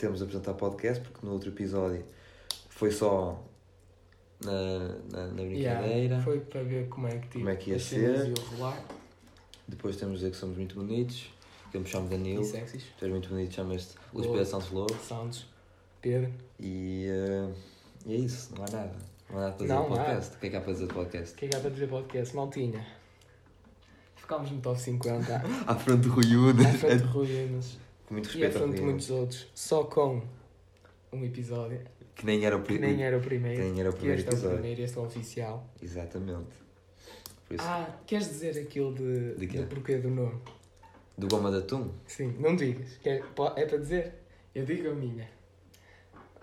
é apresentar podcast, porque no outro episódio foi só na, na, na Yeah, brincadeira. foi para ver como é que tipo, Como é que ia as cenas ser. iam rolar. Depois temos de dizer que somos muito bonitos, que eu me chamo Danilo, E sexys. tu és muito bonito, chamas-te Luís Lobo. Pedro Santos Lobo. Sounds. Pedro. E eh, é isso, não há nada. Não há nada para dizer Não do há. podcast. O que é que há para dizer do O podcast? que é que há para dizer podcast? Maltinha. Ficámos no top 50. à À frente do Rui Unas. frente de Rui Unas. Com muito E à respeito ao Rui frente de Unas. muitos outros. Só com um episódio. Que nem era o, pri... Que nem era o primeiro. nem era o Que primeiro este é o episódio. primeiro, este é o oficial. Exatamente. Por isso, Ah, queres dizer aquilo de, De quê? do porquê do nome? do Goma de Atum? Sim, não digas. Quer- po- é para dizer? Eu digo a minha.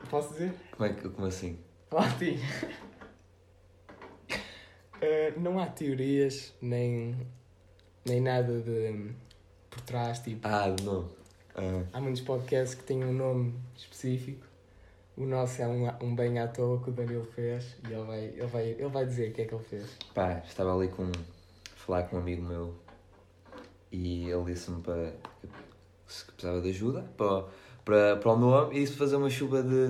Posso dizer? Como, é que, como assim? Martim. Eh, não há teorias nem, nem nada de hum, por trás. Tipo, Ah, de novo. Ah, há muitos podcasts que têm um nome específico. O nosso é um, um bem à toa que o Danilo fez e ele vai, ele vai, ele vai dizer o que é que ele fez. pá, estava ali com. a falar com um amigo meu e ele disse-me para. se que precisava de ajuda para, para, para o nome e disse fazer uma chuva de.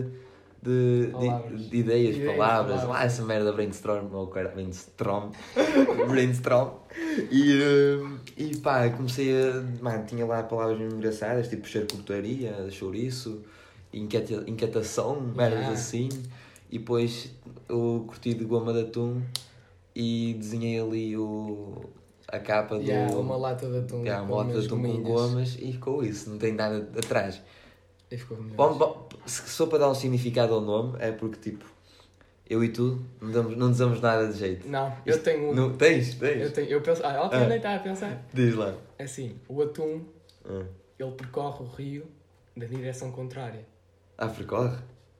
de, de- Palavras. de ideias, Ideias, palavras, palavras. Ah, essa merda brainstorm, ou cara, brainstorm, brainstorm, e, hum, e pá, comecei a, mano, tinha lá palavras mesmo engraçadas, tipo charcutaria, chouriço, inquieta, inquietação, merdas Yeah. assim, e depois eu curti de goma de atum e desenhei ali o, a capa E há do... uma lata de atum. Yeah, com uma lata umas de atum com gominhas. gomas e ficou isso, não tem nada atrás. E ficou melhor. Bom, bom, se sou para dar um significado ao nome, é porque tipo, eu e tu não damos, não damos nada de jeito. Não, eu Isto- tenho um. Não, tens, Eu, tens. tenho, eu penso. Ah, ok, Ah. nem estava a pensar. Diz lá. Assim, o atum Ah, ele percorre o rio da direção contrária. Ah, percorre.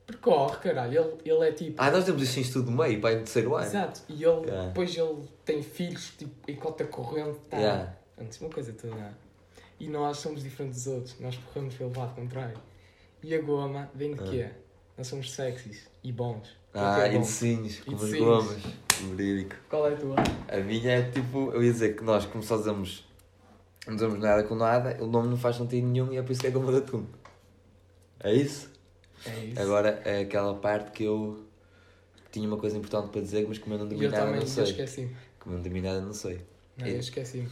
Percorre, caralho. Ele, ele é tipo. Ah, nós temos isto em estudo do meio, pai, no terceiro ano. Exato. E ele, Yeah. depois ele tem filhos, tipo, enquanto a corrente está. Yeah. Antes, uma coisa toda. E nós somos diferentes dos outros. Nós corremos pelo lado contrário. E a goma vem de quê? Nós somos sexys e bons. O que Ah, é e bom? de sinhos, como as desenhos. gomas. Verídico. Qual é a tua? A minha é tipo, eu ia dizer que nós, como só damos, não damos nada com nada, o nome não faz sentido nenhum e é por isso que é goma de atum. É isso? É isso. Agora é aquela parte que eu tinha uma coisa importante para dizer, mas como eu não e dormi eu nada, também não eu sei. esqueci. Como eu não dormi nada, não sei. Não, E- eu esqueci.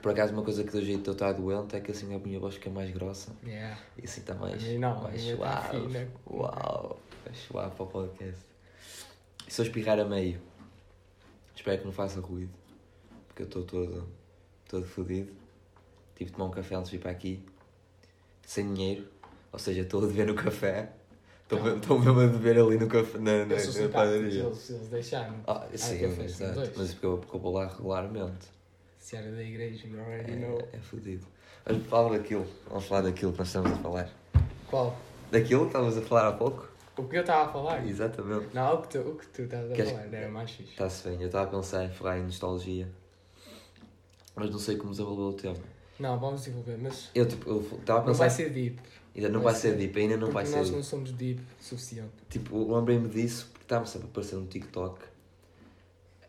Por acaso, uma coisa que do jeito que eu estou doente é que assim a minha voz fica mais grossa Yeah. e assim está mais, A minha não, a mais minha tá suave. fina. Uau! Mais suave para o podcast. E se eu espirrar a meio? Espero que não faça ruído, porque eu estou todo, todo fodido. Tive de tomar um café antes de vir para aqui, sem dinheiro, ou seja, estou a dever no café. Estou me- estou mesmo a dever ali no café, na, na, Tá. Eu sou na simpático, se é padaria. eles, se eles deixaram. Ah, sim, cafés, exato. dois. Mas porque eu, porque eu vou lá regularmente. Se era da igreja, you already know. É, é fodido. Mas fala daquilo, vamos falar daquilo que nós estamos a falar. Qual? Daquilo que estávamos a falar há pouco? O que eu estava a falar? Exatamente. Não, o que tu, o que tu estavas a Queres- falar era mais fixe. Está-se bem, Tá, eu estava a pensar em falar em nostalgia. Mas não sei como desenvolver o tema. Não, vamos desenvolver, mas Eu tipo, eu estava a não vai pensar. ser deep. ainda não vai vai ser ser. deep, ainda não porque vai ser nós deep. não somos deep o suficiente. Tipo, eu lembrei-me disso porque estava-me sempre a aparecer no TikTok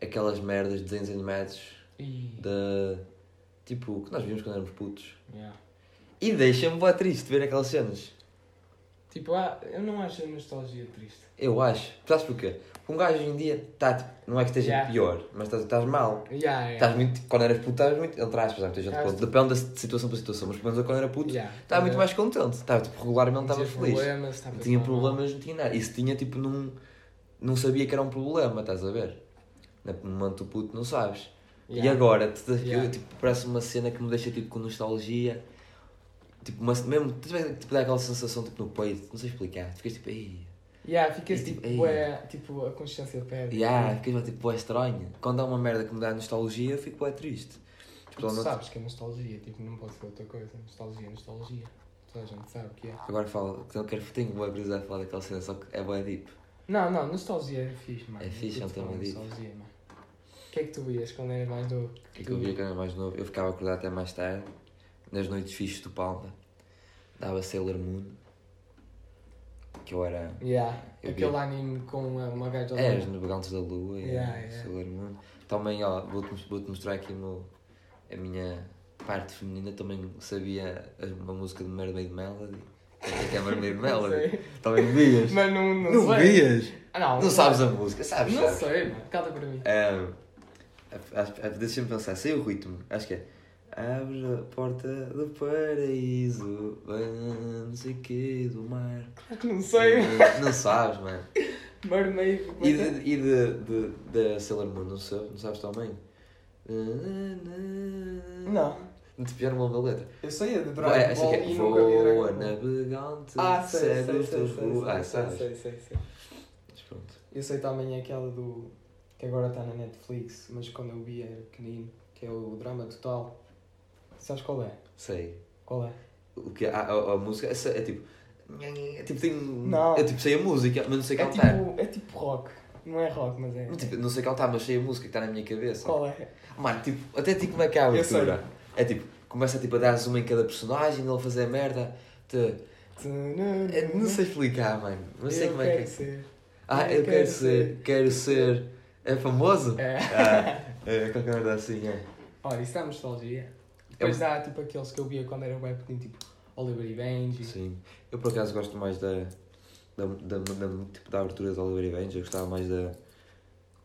aquelas merdas, de desenhos animados E. da. Tipo, que nós vimos quando éramos putos. Yeah. E deixa-me boa triste ver aquelas cenas. Tipo, ah, eu não acho a nostalgia triste. Eu acho. Sabes porquê? Porque um gajo hoje em dia está, tipo, não é que esteja Yeah. pior, mas estás, estás mal. Yeah, yeah. Estás muito, quando eras puto, estavas muito, entre aspas, não é que esteja Estás- puto, depende da situação para situação, mas pelo menos eu quando era puto, estava Ah, yeah. É. muito mais contente. Estava, tipo, regularmente estava Tinha feliz. Problemas, é? estava Não tinha mal. problemas, não tinha nada. E se tinha, tipo, não, não sabia que era um problema, estás a ver? Na- No momento do puto não sabes. E Yeah. agora, tu- eu, Yeah. tipo, parece uma cena que me deixa, tipo, com nostalgia. Tipo, uma, mesmo, tipo, dá aquela sensação, tipo, no peito, não sei explicar. Ficas, tipo, ei... Yeah, ficas E tipo, tipo, ei. bué, tipo, a consciência perde. Yeah, fiquei tipo, é estranho. Quando há uma merda que me dá nostalgia, eu fico bué triste. Porque Tipo, tu não- sabes que é nostalgia, tipo, não pode ser outra coisa. Nostalgia, é nostalgia. Toda a gente sabe o que é. Agora fala, que eu quero, tenho boa curiosidade de falar daquela cena, só que é bué deep. Não, não, nostalgia é fixe, mano. É fixe, Eu é um tema curto falar de deep. nostalgia, mano. O que é que tu vias quando eras mais novo? O que é que eu via Uhum. quando era mais novo? Eu ficava acordado até mais tarde, nas noites fixas do Palma. Dava Sailor Moon. Que eu era. Yeah, Eu aquele vi. anime com uh, uma gaja É, os loira. navegantes da lua e Yeah, yeah. Sailor Moon. Também, ó, vou-te mos- vou-te mostrar aqui o meu- a minha parte feminina. Também sabia a- uma música de Mermaid Melody. O que é Mermaid Melody? sei. Também vias? Mas não, não, Não sei. vias? Ah, não, Não sabes a música, sabes? Não sabes. sei, mano. Cala para mim. Ah, a- a- a- é, Deixa-me pensar, sei o ritmo, acho que é. Abre a porta do paraíso, banana, não sei o quê, do mar. Claro que não sei. Não- Não sabes, mano. Mermaid. como é E, que é? de, e de, de, da Sailor Moon, não sabes, não sabes também? Não. Não. Te piaram uma boa letra. Eu sei a de Dragon Ué, essa Ball que é. e nunca vi Dragon Voa Ball. navegante, né? Ah, sei, segue sei, os sei, teus voos. Ah, sei, sei, sabes? sei, sei, sei. Mas pronto. Eu sei também aquela do. que agora está na Netflix, mas quando eu vi era pequenino, que é o drama total. Sabes qual é? Sei. Qual é? O que a, a, a música essa é tipo. É tipo, tem. Não. Eu tipo, sei a música, mas não sei É cantar. tipo, é tipo rock. Não é rock, mas é. Não, tipo, não sei cantar, tá. mas sei a música que está na minha cabeça. Qual é? Mano, tipo, até tipo como é que é a Eu sei. abertura. É tipo, começa tipo, a dar zoom em cada personagem, ele a fazer merda. Te... É, Não sei explicar, mano. Não sei Eu como é que quero é. ser. Ah, eu quero ser, quero ser. É famoso? É. Ah, é qualquer merda assim, é. Olha, isso dá nostalgia. Depois dá tipo aqueles que eu via quando era web, tipo Oliver e Benji. Sim. Eu por acaso gosto mais da. da, da, da- tipo, da abertura de Oliver e Benji. Eu gostava mais da.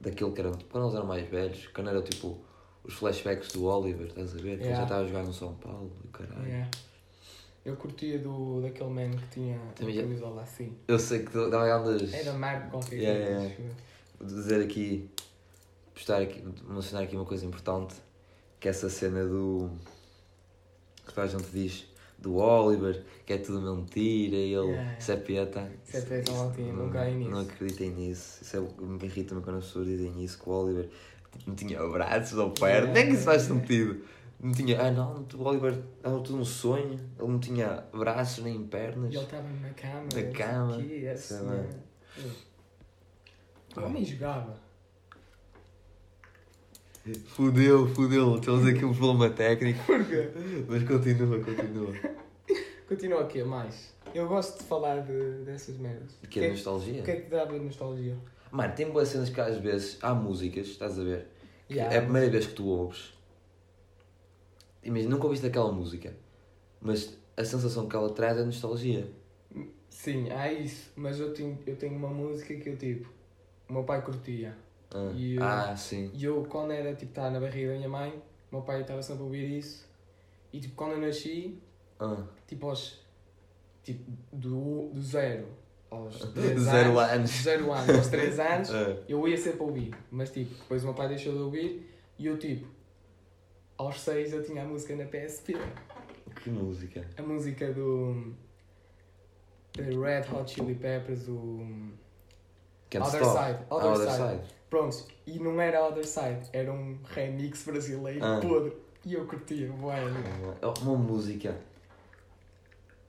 daquilo que eram. Tipo, quando eles eram mais velhos, quando eram tipo. os flashbacks do Oliver, estás a ver? Que ele já Yeah. estava a jogar no São Paulo e caralho. Yeah. Eu curtia do, daquele man que tinha Também a já- camisola assim. Eu sei que dava grandes. Era Marco qualquer Yeah, coisa, yeah. acho eu. Vou dizer aqui, postar aqui, mencionar aqui uma coisa importante, que é essa cena do que toda a gente diz do Oliver, que é tudo mentira, e ele Yeah. isso é peta. Isso é peta, maltinha, não caem nisso. Não acreditem nisso. Isso é o que me irrita-me quando as pessoas dizem isso, que o Oliver não tinha braços ou pernas, Yeah. nem que isso faz sentido. Não tinha, ah não, o Oliver era tudo um sonho, ele não tinha braços nem pernas. E ele estava na cama. tipo, Na cama, Aqui, sei assim, lá. O homem jogava. Fudeu, fudeu, temos aqui um problema técnico. Porquê? Mas continua, continua. Continua aqui, mais. Eu gosto de falar de, dessas merdas. Que, O é é que- nostalgia? o que é que te dá de nostalgia? Mano, tem boas cenas que às vezes há músicas, estás a ver? que Yeah. é a primeira vez que tu ouves. Imagina, nunca ouviste aquela música, mas a sensação que ela traz é nostalgia. Sim, há isso. Mas eu tenho, eu tenho uma música que eu tipo. O meu pai curtia. Ah, E, uh, ah, sim. E eu, quando era tipo, estava na barriga da minha mãe, o meu pai estava sempre a ouvir isso. E tipo, quando eu nasci, Ah. tipo aos tipo do, do zero aos De três zero anos, anos. de zero anos aos três anos Ah. eu ia sempre ouvir mas tipo depois o meu pai deixou de ouvir e eu tipo aos seis eu tinha a música na PSP Que música. a música do da Red Hot Chili Peppers o Can't Other Stop. Side, Ah, Other Other Side. Side. pronto e não era Other Side era um remix brasileiro Ah. podre e eu curtia bueno. Ah, Uma música.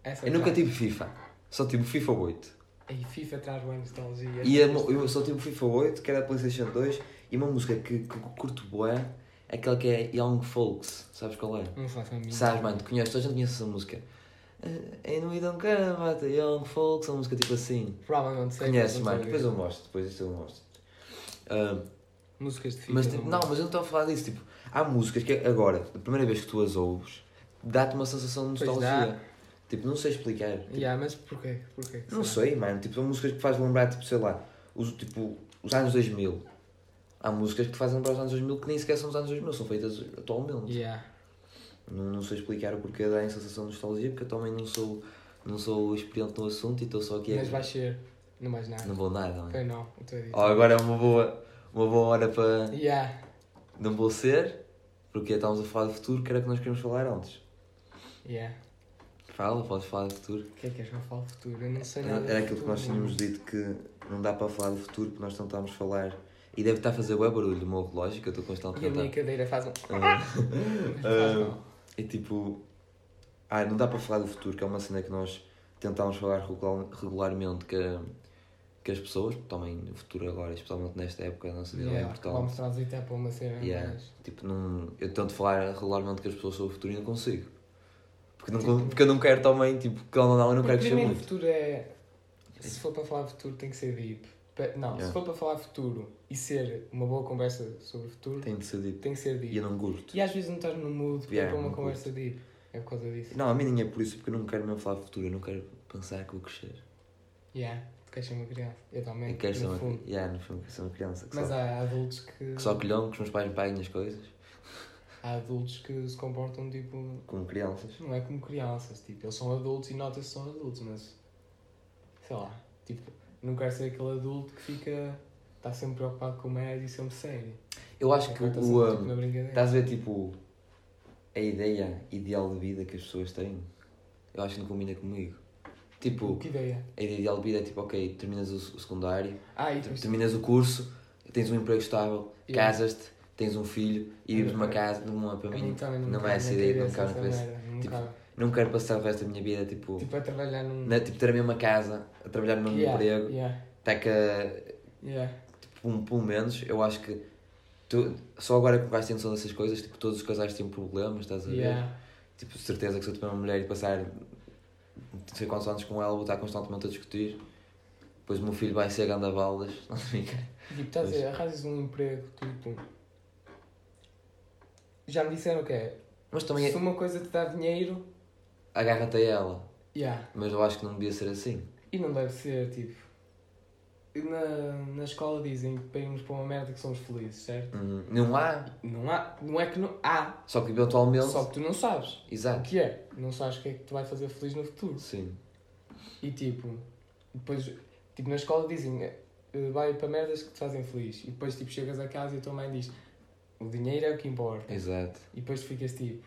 essa Eu nunca traz- tive FIFA. Só tive FIFA 8. Ei, FIFA traz boa nostalgia E a mo- eu só tive FIFA 8, que era da PlayStation 2, e uma música que, que eu curto bué, é aquela que é Young Folks. Sabes qual é? não faço a mim Sabes, mano, tu conheces, toda a gente conhece essa música. Eh, Ainda me dão cara, mata Young Folks, é uma música tipo assim. Provavelmente sei. Conheces, mas não mano, sei depois ver. eu mostro, depois isto eu mostro. Ah, Músicas de FIFA. mas tipo, não, mas eu não estou a falar disso, tipo, há músicas que agora, da primeira vez que tu as ouves, dá-te uma sensação de Pois nostalgia. Tipo, não sei explicar. tipo, Yeah, mas porquê? Porquê? Não sei, mano, tipo, são músicas que te fazem lembrar, tipo, sei lá, os, tipo, os anos 2000. Há músicas que te fazem lembrar os anos 2000 que nem sequer são dos anos 2000, são feitas atualmente. Yeah. Não, não sei explicar o porquê dá a sensação de nostalgia, porque eu também não sou, não sou experiente no assunto e estou só aqui. a- Mas vais ser. Não mais nada. é- Não vou nada, mano. Foi não, o teu dito. Oh, agora é uma boa, uma boa hora para. Yeah. Não vou ser, porque estávamos a falar do futuro, que era o que nós queríamos falar antes. Yeah. Fala, podes falar do futuro. O que é que és que eu falo futuro? Eu não sei nada. Era aquilo do que futuro, nós tínhamos mano. dito que não dá para falar do futuro, porque nós tentámos falar. E deve estar a fazer bué barulho do meu relógio, que eu estou E a constantemente. a- minha cadeira faz um. Ah. Mas faz Ah. mal. É tipo. Ah, não dá para falar do futuro, que é uma cena que nós tentámos falar regular- regularmente que, que as pessoas, também no futuro agora, especialmente nesta época da nossa vida, é Yeah, importante. Vamos transitar para uma cena. Yeah. mas- Tipo, não, eu tento falar regularmente com as pessoas sobre o futuro e não consigo. Porque, Tipo- não, con- porque eu não quero também, tipo, que não, não, eu não quero Porque crescer primeiro muito. futuro é. Se for para falar de futuro, tem que ser deep. Pe- Não, Yeah. se for para falar de futuro e ser uma boa conversa sobre o futuro, Tenho de ser dito. tem que ser E eu deep. não gosto. E às vezes não estás no mood Yeah, para não uma curto. conversa deep. É por causa disso. Não, a mim nem é por isso, porque eu não quero mesmo falar de futuro, eu não quero pensar que vou crescer. Yeah, tu queres ser uma criança. Eu também. Eu quero ser É, no uma, fundo. yeah, no fundo, quero ser uma criança que Mas só, há adultos que. que só colhão, que os meus pais me paguem as coisas, Há adultos que se comportam tipo. como crianças. Não é como crianças, tipo, eles são adultos e nota-se que são adultos, mas. Sei lá, tipo, não quero ser aquele adulto que fica. Está sempre preocupado com o médio e sempre sério. Eu acho que Agora tá o. sempre, tipo, um, na brincadeira. Estás a ver, tipo, a ideia ideal de vida que as pessoas têm? Eu acho que não combina comigo. Tipo, Que ideia. a ideia ideal de vida é tipo, ok, terminas o, o secundário, Ah, e ter- tu terminas o curso, tens um emprego estável, Yeah. casas-te, tens um filho e vives numa casa, numa para mim. não é essa ideia, não cabe na cabeça. Tipo, Nunca. Não quero passar o resto da minha vida, tipo, Tipo, a trabalhar num. na, tipo ter a mesma casa, a trabalhar no mesmo Yeah, emprego, Yeah, taca, yeah. pelo, pelo menos, eu acho que tu- só agora que o gajo tem noção dessas coisas, tipo, todos os casais têm problemas, estás a ver? yeah. Tipo, de certeza que se eu tiver uma mulher e passar não sei quantos anos com ela, vou estar constantemente a discutir. Depois o meu filho vai ser ganda baldas. Não fica. Tipo, estás a dizer, arranjas um emprego, tipo. Já me disseram que é. Mas também Se uma coisa te dá dinheiro, agarra-te a ela. yeah. Mas eu acho que não devia ser assim. E não deve ser, tipo. Na, na escola dizem que para irmos para uma merda que somos felizes, certo? Hum, Não há. Não há. Não é que não. Há. Só que eventualmente. Só que tu não sabes o Exato. que é. Não sabes o que é que te vai fazer feliz no futuro. Sim. E tipo, depois, tipo, na escola dizem, eh, vai para merdas que te fazem feliz. E depois, tipo, chegas a casa e a tua mãe diz, o dinheiro é o que importa. Exato. E depois tu ficas tipo,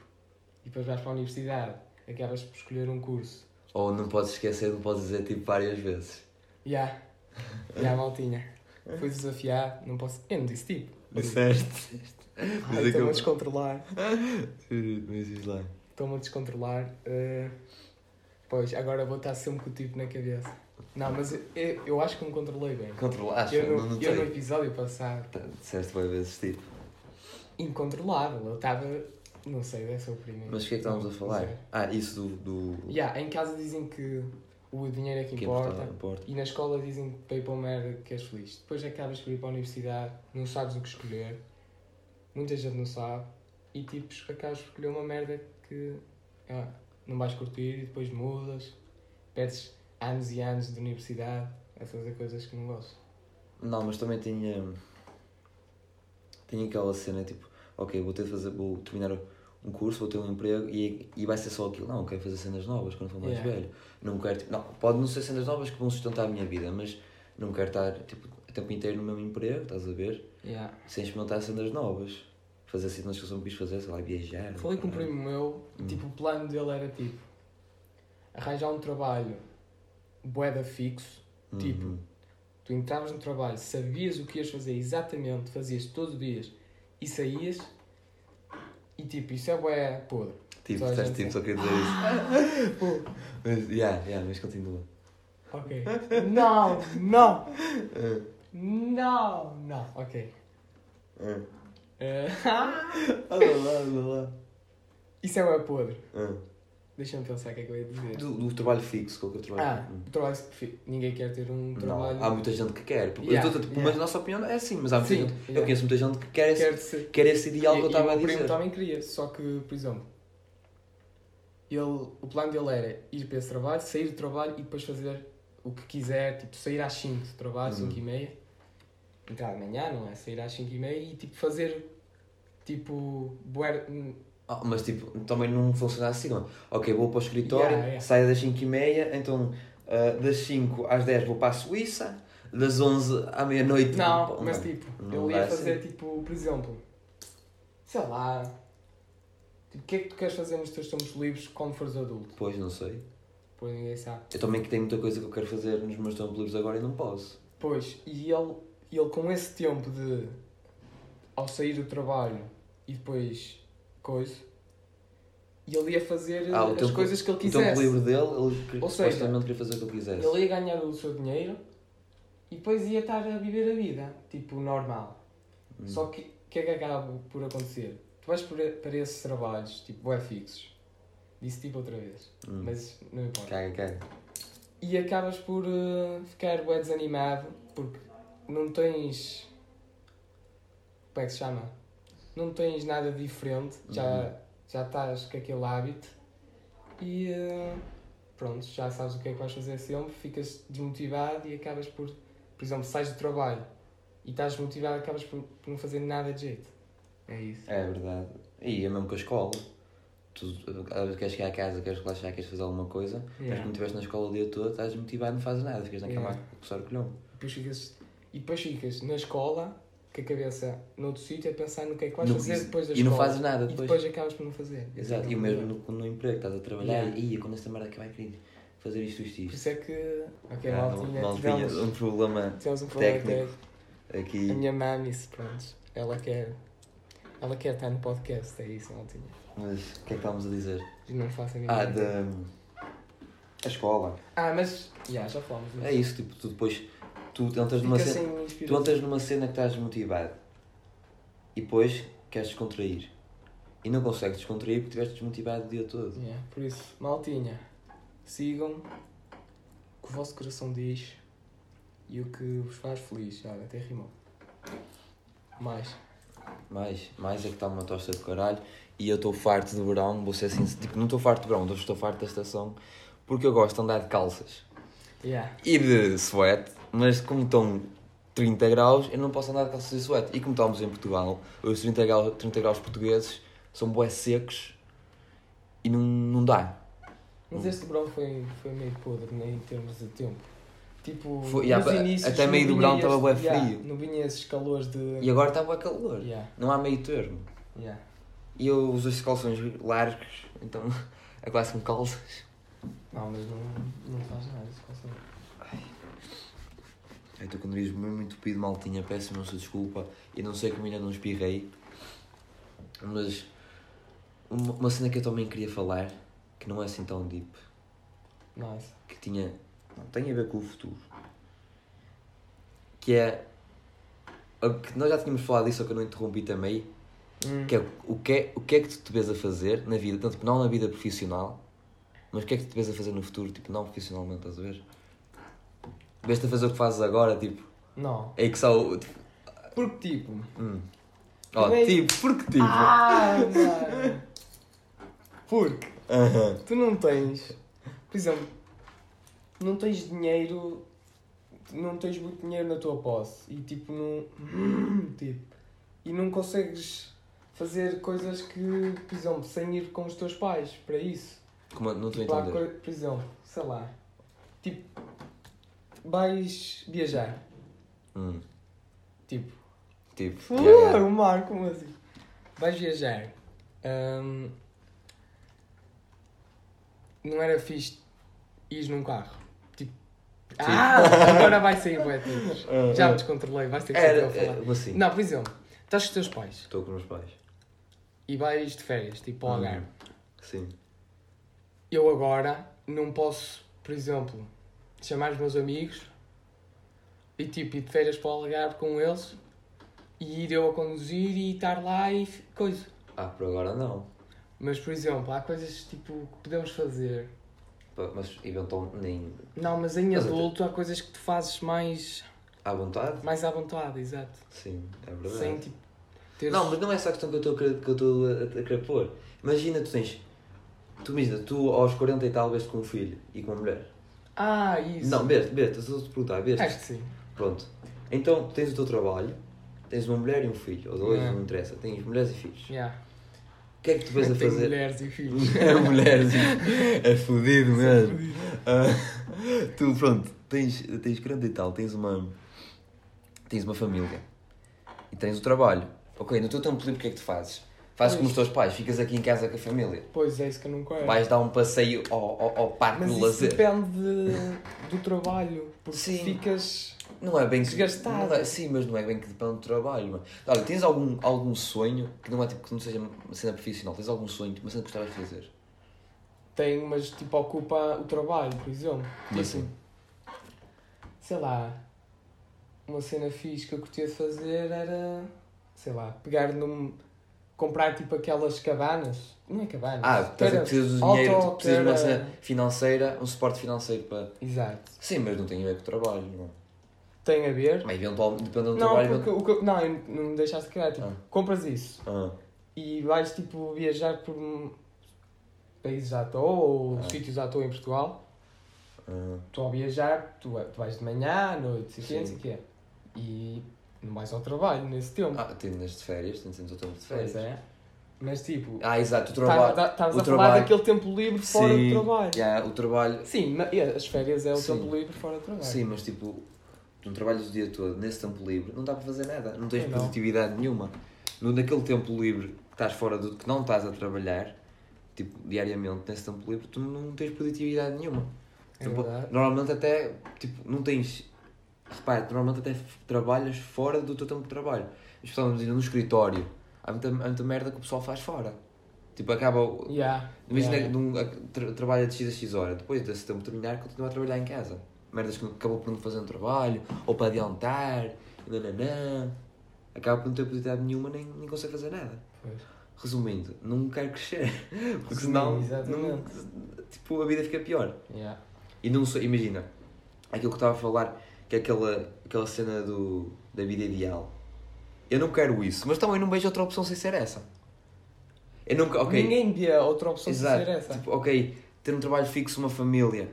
e depois vais para a universidade, acabas por escolher um curso. Ou não podes esquecer, não podes dizer tipo várias vezes. Ya, yeah. ya, yeah, maltinha. Fui desafiar, não posso. Eu não disse tipo. Disseste. é Ai, Estou-me a descontrolar. Mas diz lá. Estou-me a descontrolar. eh, pois, agora vou estar sempre com o tipo na cabeça. Não, mas eu, eu acho que me controlei bem. Controlaste, Eu não no- eu no notei. episódio passado Tá, Disseste várias vezes tipo. incontrolável. Eu estava, não sei, deve ser o primeiro. Mas o que é que estávamos a falar? Zero. Ah, isso do. do... Yeah, em casa dizem que o dinheiro é que, Que importa. importa. importa. E na escola dizem que para ir para uma merda que és feliz. Depois acabas por ir para a universidade, não sabes o que escolher. Muita gente não sabe. E tipo, acabas por escolher uma merda que ah, não vais curtir e depois mudas. Perdes anos e anos de universidade a fazer coisas que não gosto. Não, mas também tinha. Tinha aquela cena tipo, ok, vou ter de fazer, vou terminar um curso, vou ter um emprego e, e vai ser só aquilo. Não, eu quero fazer cenas novas quando for mais Yeah. velho. Não quero, tipo, não, pode não ser cenas novas que vão sustentar a minha vida, mas não quero estar, tipo, o tempo inteiro no mesmo emprego, estás a ver? Yeah. Sem experimentar cenas novas. Fazer cenas que eu sempre quis fazer, sei lá, viajar. Falei com um caralho. primo meu, Hum. e, tipo, o plano dele era tipo arranjar um trabalho boeda fixo, tipo, Uhum. tu entravas no trabalho, sabias o que ias fazer exatamente, fazias todos os dias e saías e tipo, isso é bué podre. Tipo, só a estás gente é. tipo, só queria dizer isso. Mas, yeah, yeah, mas continua. Ok. Não, não, É. não, não. Ok. Ah, Eh, Ah, Olha lá, olha lá. isso é bué podre. Ah. Deixa-me pensar o que é que eu ia dizer. Do, do trabalho fixo, qualquer trabalho. Ah, Hum. o trabalho fi- ninguém quer ter um trabalho. Não, há muita gente que quer. Porque Yeah, eu tô, tipo, yeah. Mas a nossa opinião é assim, mas há muita Sim, gente. yeah. Eu conheço muita gente que quer esse, quer ser quer esse ideal é que eu E- estava e a o meu primo tá- dizer. também queria, só que, por exemplo, ele, o plano dele era ir para esse trabalho, sair do trabalho e depois fazer o que quiser, tipo, sair às 5 do trabalho, Uhum. 5 e meia, entrar de manhã, não é? Sair às 5 e meia e, tipo, fazer, tipo, bué- hum, Ah, mas tipo, também não funciona assim, não. Ok, vou para o escritório, Yeah, yeah. saio das 5h30, então ah, das 5 às 10 vou para a Suíça, das 11 à meia-noite. não, mas tipo, não ele ia dá fazer, tipo, por exemplo, sei lá, tipo, o que é que tu queres fazer nos teus tempos livres quando fores adulto? Pois, não sei. Pois ninguém sabe. Eu também que tenho muita coisa que eu quero fazer nos meus tempos livres agora e não posso. Pois, e ele, ele com esse tempo de. ao sair do trabalho e depois. coisa. E ele ia fazer Ah, o as tempo- coisas que ele Então, o quisesse. tempo livre dele, ele Ou que- seja, supostamente queria fazer o que ele quisesse. Ele ia ganhar o seu dinheiro e depois ia estar a viver a vida, tipo, normal. Hum. Só que o que é que acaba por acontecer? Tu vais por- para esses trabalhos, tipo, é fixos. Disse tipo outra vez, Hum. mas não importa. Caga, caga. e acabas por eh, ficar bué desanimado porque não tens como é que se chama? Não tens nada Uhum. diferente, já, já estás com aquele hábito e eh, pronto, já sabes o que é que vais fazer sempre, ficas desmotivado e acabas por, por exemplo, sais do trabalho e estás desmotivado, acabas por, por não fazer nada de jeito. É isso. É verdade. E é mesmo com a escola. Tu ah, queres chegar a casa, queres relaxar, queres fazer alguma coisa, mas Yeah. como estiveste na escola o dia todo, estás desmotivado, não fazes nada, ficas na cama Yeah. a coçar o colhão. Depois ficas, e depois ficas na escola, com a cabeça noutro sítio, a pensar no que é que vais No- fazer depois da E escola. não fazes nada E depois. depois acabas por não fazer. é Exato, e o mesmo no, no emprego, estás a trabalhar Yeah. e "Ia, quando esta merda acabar, querido, fazer isto, isto, Por isto. isso é que. Ok, Ah, maltinha, não- não tinha tivemos, um problema tivemos um problema técnico. técnico. aqui. A minha mami, se pronto, ela quer. Ela quer estar no podcast, é isso, maltinha. Mas o que é que estávamos a dizer? E não faço a minha Ah, da. A escola. Ah, mas. já já falamos disso. É isso, tipo, tu depois. Tu entras numa Fica assim cena. sem Tu inspiração. entras numa cena que estás desmotivado e depois queres descontrair. E não consegues descontrair porque estiveste desmotivado o dia todo. Yeah, por isso, maltinha, sigam o que o vosso coração diz e o que vos faz feliz. Olha, até rimou. Mais. Mais, mais é que está uma tosta de caralho. E eu estou farto de verão, vou ser sincero. Tipo, não estou farto de verão, estou farto da estação porque eu gosto de andar de calças Yeah. e de sweat, mas como estão 30 graus, eu não posso andar de calças e sweat. E como estamos em Portugal, os 30 graus, 30 graus portugueses são bué secos e não, não dá. Mas este verão foi, foi meio podre né, em termos de tempo. Tipo, Foi- yeah, nos pa- inícios, até não meio do vinha verão este- tava bué yeah, frio. Não vinha esses calores de. E agora está bué calor. Yeah, Não há meio termo. yeah. E eu uso estes calções largos, então é quase como calças. Não, mas não, não faz nada isso quase não. Eu estou com o nariz mesmo entupido, maltinha, peço imensa desculpa. Eu não sei como ainda não espirrei. Mas uma, uma cena que eu também queria falar, que não é assim tão deep, Nice. que tinha. não tem a ver com o futuro. Que é. o que Nós já tínhamos falado disso, só que eu não interrompi também. Hum. Que é o que é, o que é que tu te vês a fazer na vida, tanto não na vida profissional, mas o que é que tu te vês a fazer no futuro, tipo, não profissionalmente, estás a ver? Vês-te a fazer o que fazes agora, tipo, Não. é que só. o- Tipo, Porque tipo. hum. Ó, Também- tipo, porque tipo? Ah, mano. Porque. Aham. Tu não tens, por exemplo, não tens dinheiro, não tens muito dinheiro na tua posse e tipo não, tipo, e não consegues fazer coisas que, por exemplo, sem ir com os teus pais para isso. Como eu- não estou a Tipo, há entender. coi- por exemplo, sei lá, tipo, vais viajar, Hum, tipo, tipo, Por yeah, yeah. o Marco, como assim? Vais viajar. Ahm, não era fixe ir num carro. Tipo. Ah, agora vai sair bué tiros. Ah, Já ah. me descontrolei, vais ter que Era, saber o que eu vou é, falar. como assim, Não, por exemplo, estás com os teus pais estou com os meus pais. Hum, e vais de férias, tipo Uhum. ao Algarve. Sim. Eu agora não posso, por exemplo, chamar os meus amigos e tipo ir de férias para o Algarve com eles e ir eu a conduzir e estar lá e f- coisa. Ah, por agora não. Mas, por exemplo, há coisas tipo que podemos fazer. Mas eventualmente nem Não, mas em Mas é tipo até- adulto há coisas que tu fazes mais, à vontade? mais à vontade, exato. Sim, é verdade. Sem tipo. Teres... Não, mas não é essa a questão que eu estou a querer- que eu estou a, a querer pôr. Imagina, tu tens. Tu, imagina, tu aos 40 e tal vês com um filho e com uma mulher. Ah, isso. É. Não, vês, vês, estou-te a perguntar, vês. Acho que sim. Pronto. Então, tens o teu trabalho, tens uma mulher e um filho, ou dois, É. não interessa, tens mulheres e filhos. Yeah. O que é que tu vês a Tem fazer? mulheres e filhos. É mulheres, é fodido mesmo. Ah, tu, pronto, tens, tens 40 e tal, tens uma, tens uma família e tens o trabalho. Ok, no teu tempo livre o que é que tu fazes? Fazes como os teus pais, ficas aqui em casa com a família. pois é, isso que eu não quero. Vais dar um passeio ao, ao, ao parque mas do isso lazer. depende de- do trabalho. Porque Sim. ficas. Não é bem que. Desgastado. não é- sim, mas não é bem que depende do trabalho. Mano. Olha, tens algum, algum sonho que não é tipo que não seja uma cena profissional, tens algum sonho, uma cena que gostavas de fazer? Tem, mas tipo, ocupa o trabalho, por exemplo. Como assim? sei lá, uma cena fixe que eu curtia de fazer era, sei lá, pegar num. comprar tipo aquelas cabanas. Não é cabanas. Ah, estás a Era precisas de dinheiro, auto- tu precisas de uma era- cena financeira, um suporte financeiro para. Exato. Sim, mas não tem a ver com o trabalho, não. Tem a ver. Mas eventualmente, depende do Não, trabalho. porque o que eu- não, eu não me deixaste criar, tipo, Ah. compras isso Ah, e vais tipo viajar por um- países à toa ou Ah. sítios à toa em Portugal Ah, Tu ao viajar, tu, tu vais de manhã, à noite, sei o quê, não sei Sim. o quê. E não vais ao trabalho nesse tempo. ah temos de férias, temos o tempo de férias. pois é. Mas tipo, Ah, exato, o trabalho. estavas o a falar trabalho. daquele tempo livre fora Sim, do trabalho. Yeah, o trabalho. Sim, mas as férias é o Sim. tempo livre fora do trabalho. Sim, mas tipo, tu não trabalhas o dia todo nesse tempo livre, não dá para fazer nada, não tens É, Não. produtividade nenhuma. No, naquele tempo livre que estás fora do que não estás a trabalhar, tipo, diariamente, nesse tempo livre, tu não tens produtividade nenhuma. É Tu po- verdade. normalmente até, tipo, não tens. Repara, tu normalmente até f- trabalhas fora do teu tempo de trabalho. Especialmente no escritório. Há muita, há muita merda que o pessoal faz fora. Tipo, acaba. o- Yeah, Imagina yeah. que num- a- tra- trabalha de X a X hora, depois desse tempo terminar, continua a trabalhar em casa. Merdas que acabou por não fazer no trabalho, ou para adiantar, e nananã. Acaba por não ter produtividade nenhuma, nem, nem consegue fazer nada. Pois. Resumindo, não quero crescer, porque Resumindo, senão não, exatamente. tipo, a vida fica pior. Yeah. E não só, imagina, aquilo que eu estava a falar, que é aquela, aquela cena do, da vida ideal. Eu não quero isso, mas também não vejo outra opção sem ser essa. Eu nunca, ok. Ninguém vê outra opção de Exato. ser essa. Tipo, ok, ter um trabalho fixo, uma família.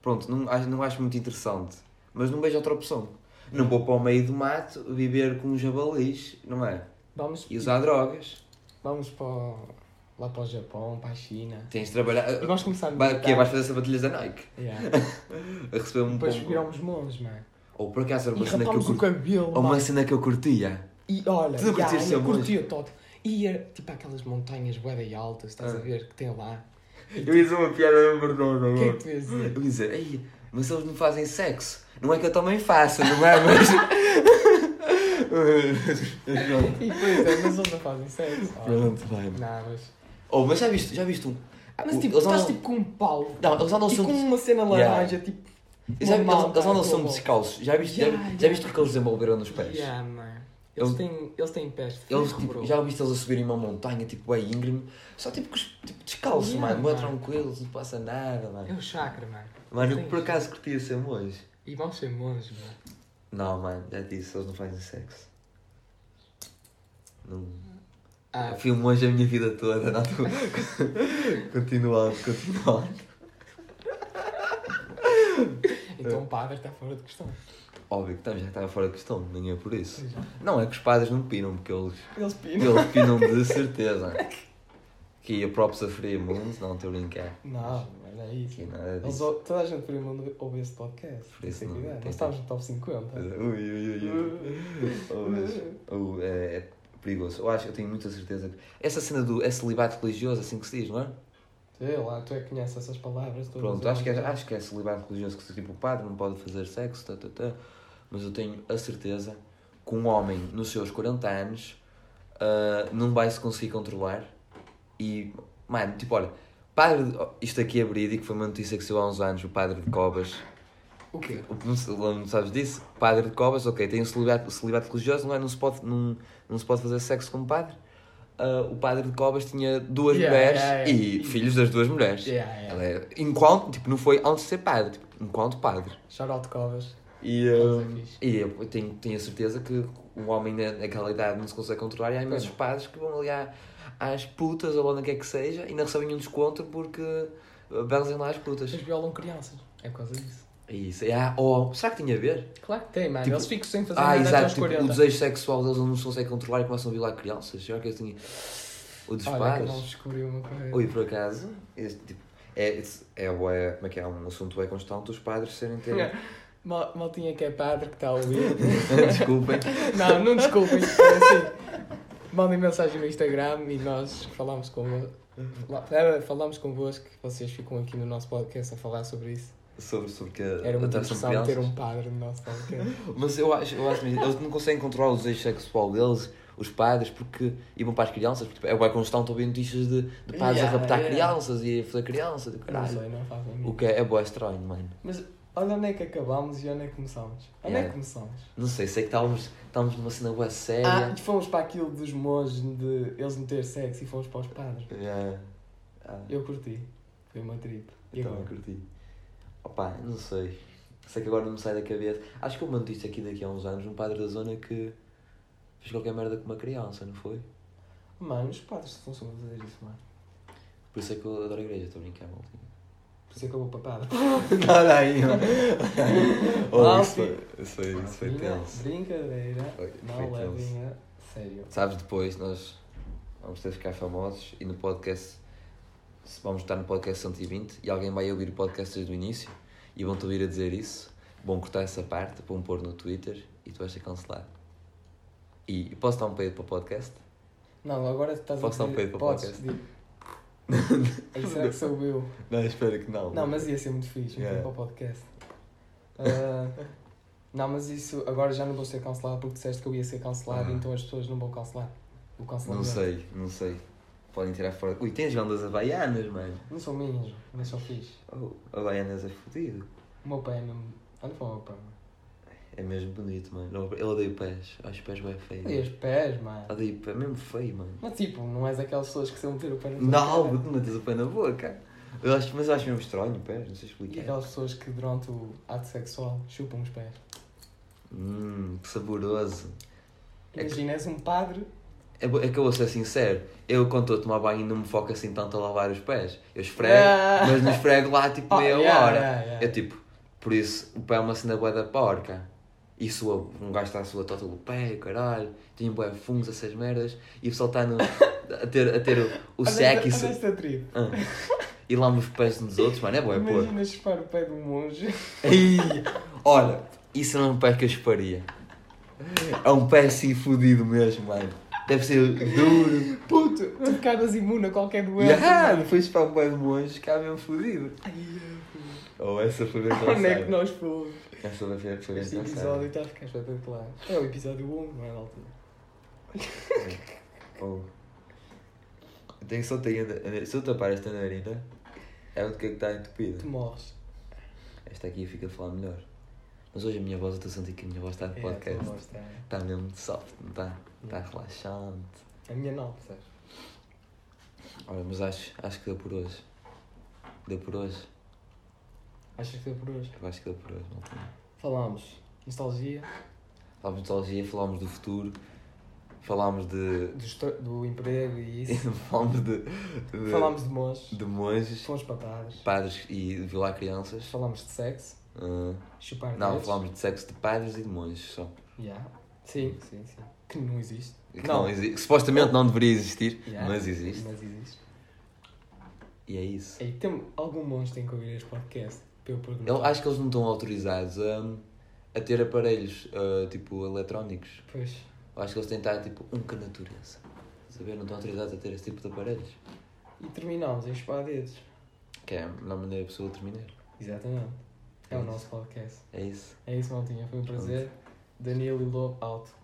Pronto, não, acho- não acho muito interessante. Mas não vejo outra opção. Não vou para o meio do mato viver com um jabalis, não é? Vamos, E usar drogas. vamos para, o- lá para o Japão, para a China. Tens de trabalhar. E vamos começar a Vai, meditar. que é, vais fazer sapatilhas da Nike. Yeah. A receber um tá. Depois pombo. viramos monges, mano. Ou por acaso era E uma cena que eu rapámos o curtia. cabelo, Ou uma mano. cena que eu curtia. E olha, Tu não yeah, curtias ser eu monge? curtia todo. E era tipo aquelas montanhas bué altas, estás Ah. a ver, que tem lá. Eu ia dizer uma piada verdosa O que é que agora. tu ias dizer? Eu ia dizer, ei, mas eles não fazem sexo. Não é que eu também faça, não é? Mas. E pois é, mas eles não fazem sexo. Olha. Pronto, vai. Não, mas... Oh, mas já viste, já viste um. Mas o- tipo, eles estás andam- tipo com um pau. Não, eles andam e com sempre. uma cena Yeah. laranja, tipo... Eles, já- uma eles, eles malta andam à tua sempre volta. descalços. Já viste, já, Yeah, já yeah. viste o que eles desenvolveram nos pés? Yeah, man. Eles, Eles- têm, eles têm pés de ferro, Eles, tipo, bro. já viste eles a subirem uma montanha, tipo, é íngreme, só tipo, com os- tipo descalço, Yeah, mano, bué mano. tranquilos, não passa nada, É mano. o chakra, mano. Mano, eu Sim. por acaso curtia ser hoje. E vão ser monges, mano. Não, mano, já disse, eles não fazem sexo. Não. Ah, Eu fui um monge a minha vida toda, não tô... Continuando, continuando. então o padre está fora de questão. Óbvio que tá, já estava fora de questão, nem é por isso. Não, é que os padres não pinam, porque eles Eles pinam. Eles pinam de certeza. Que ia próprio sofrer muito, não estou a brincar. Não, mas é Que isso. nada Eles, disso. ou- toda a gente por aí mundo ouve esse podcast. Por isso Sei que não- é. tem- Nós estamos no top 50. Ui, ui, ui, ui. Oh, mas- oh, é, é perigoso. Eu acho, eu tenho muita certeza que. Essa cena do é celibato religioso, assim que se diz, não é? Sei lá, tu é que conheces essas palavras. todas. Pronto, acho que, é, acho que é celibato religioso que tipo o padre não pode fazer sexo, tá, tá, tá. mas eu tenho a certeza que um homem nos seus 40 anos ah, não vai se conseguir controlar e, mano, tipo, olha, padre, de- oh, isto aqui é verídico, foi uma notícia que saiu há uns anos, o padre de Cobas, O quê? o- não, se- não sabes disso? Padre de Cobas, ok, tem um celibato, celibato religioso, não é? Não se pode, não, não se pode fazer sexo como padre. Ah, o padre de Cobas tinha duas Yeah, mulheres yeah, e yeah. filhos das duas mulheres. Yeah, yeah. Ela é, enquanto, tipo, não foi antes de ser padre, tipo, enquanto padre. Shout out Covas. E, Covas é hum, fixe. e eu tenho, tenho a certeza que um homem na- naquela idade não se consegue controlar e há imensos padres que vão ali à- às putas ou onde quer que seja e ainda recebem um desconto porque uh, benzem lá as putas. Eles violam crianças. É por causa disso. É isso. É, ah, oh, será que tinha a ver? Claro que tem, mano. Tipo- Eles ficam sem fazer Ah, nada até aos exato. tipo, o 40. desejo sexual deles não se consegue controlar e começam a violar crianças. Será que eu tinha... O dos Olha, que eu padres? não descobri uma coisa. Oi, por acaso, este, tipo, é, it's- é, bué- como é, que é um assunto é constante os padres serem ter... Yeah. Mal, maltinha que é padre que está a ouvir. Desculpem. Não, não desculpem. é Assim, mandem mensagem no Instagram e nós falamos convosco. fala- eh, Falamos convosco, vocês ficam aqui no nosso podcast a falar sobre isso. Sobre, sobre que Era muito atração de interessante ter crianças. um padre no nosso podcast. Mas eu acho, eu acho mesmo, eles não conseguem controlar o desejo sexual deles, os padres, porque. E vão para as crianças, porque tipo, é bué constante ouvir notícias de, de padres Yeah, a raptar yeah. crianças e a fazer crianças, do Não caralho. sei, não faço a O mim. que é, é bué estranho, mano. Mas olha onde é que acabámos e onde é que começámos. Onde é Yeah. É, que começámos? Não sei, sei que estávamos, estávamos numa cena bué Ah, séria. fomos para aquilo dos monges de eles não ter sexo e fomos para os padres. Yeah. Ah, Eu curti. Foi uma trip. E eu também agora? curti. Opa, não sei. Sei que agora não me sai da cabeça. Acho que eu mando isto aqui daqui a uns anos, um padre da zona que fez qualquer merda com uma criança, não foi? Mano, os padres funcionam a fazer isso, mano. Por isso é que eu adoro a igreja, estou a brincar, maltinho. Por isso é que eu vou papado. Olha aí, mano. Oh, Mal, isso foi, isso foi, isso foi Malvinha, tenso. Brincadeira. Foi, foi Mal é tenso. vinha. Sério. Sabes, depois nós vamos ter de ficar famosos e no podcast, se vamos estar no podcast 120 e alguém vai ouvir o podcast desde o início e vão-te ouvir a dizer isso, vão cortar essa parte, vão pôr no Twitter e tu vais ser cancelado. E posso dar um peido para o podcast? Não, agora estás Posso dar a um peido para o Podes, diz. Ei, será que sou eu? Não, espero que não. Não, mas ia ser muito fixe, um Yeah. tempo ao podcast. Ah, não, mas isso agora já não vou ser cancelado porque disseste que eu ia ser cancelado, Ah. então as pessoas não vão cancelar. O Não cancelamento. sei, não sei. Podem tirar fora. Ui, tens ondas havaianas, mano. Não são minhas, mas são fixe. Oh, havaianas é fodido. O meu pé é mesmo. Olha para o meu pé. mano. É mesmo bonito, mano. Eu odeio pés. Acho pés bem feio. E os pés, mano. Odeio pés, mesmo feio, mano. Mas tipo, não és aquelas pessoas que são meter o pé na tua Não, cara. tu metes o pé na boca. Eu acho, mas eu acho mesmo estranho, pés, não sei E explicar. aquelas pessoas que durante o ato sexual chupam os pés. Hum, que saboroso. É que- Imagina, és um padre. É, bo- é que eu vou ser sincero, eu quando estou a tomar banho não me foco assim tanto a lavar os pés. Eu esfrego, Ah. mas não esfrego lá tipo Oh, meia yeah, hora. yeah, yeah. É tipo, por isso o pé é uma cena boa da porca. E sua, um gajo está a sua tota do pé, caralho, tem boé fungos, essas merdas, e o pessoal está no- a ter, a ter o, o Olha seco esta- e, olha se- esta trip. Ah. e lama os pés uns dos outros, mano, é boé, pô. Imagina chupar o pé do monge. Ai, olha, isso não é um pé que eu chuparia. É um pé assim fodido mesmo, mano. Deve ser duro. Puto, tu ficavas imune a qualquer doença. Ah, depois para um pé de monge, cá mesmo fodido. Ai, eu- Ou essa foi bem Onde é que engraçada. nós fomos? Essa foi bem foi bem Este engraçada. episódio está a ficar espetacular. É o episódio 1, não é, malta? Oh. Eu tenho só tenho, se eu tapar esta narina, é o que é que está Tu entupido. morres. Esta aqui fica a falar melhor. Mas hoje a minha voz, eu estou a sentir que a minha voz está É, de tu podcast. morres, tá? Está mesmo de soft, não está? Está relaxante. A minha não, percebes? Olha, mas acho, acho que deu por hoje. Deu por hoje? Achas que deu por hoje? Eu acho que deu por hoje, maltinha. Falámos. Nostalgia. Falámos de nostalgia, falámos do futuro, falámos de. Do, esto- do emprego e isso. falámos de. de Falámos de monges. de monges, Fomos patadas. padres e de violar crianças. Falámos de sexo. Ah, Chupar não, dedos. falámos de sexo de padres e de monges só. Yeah. Sim, sim, sim. Que não existe. Que não exi- que supostamente não deveria existir, Yeah. mas existe. Mas existe. E é isso. Ei, tem, algum monstro tem que ouvir este podcast para eu perguntar. Eu acho que eles não estão autorizados a, a ter aparelhos ah, tipo eletrónicos. Pois. Eu acho que eles têm de estar tipo um com a natureza. Saber, não estão autorizados a ter esse tipo de aparelhos. E terminamos em chupar dedos. Que é a melhor maneira possível de terminar. Exatamente. É o Isso. nosso podcast. É isso. É isso, Maltinha. Foi um prazer. Danilo e Lobo, alto.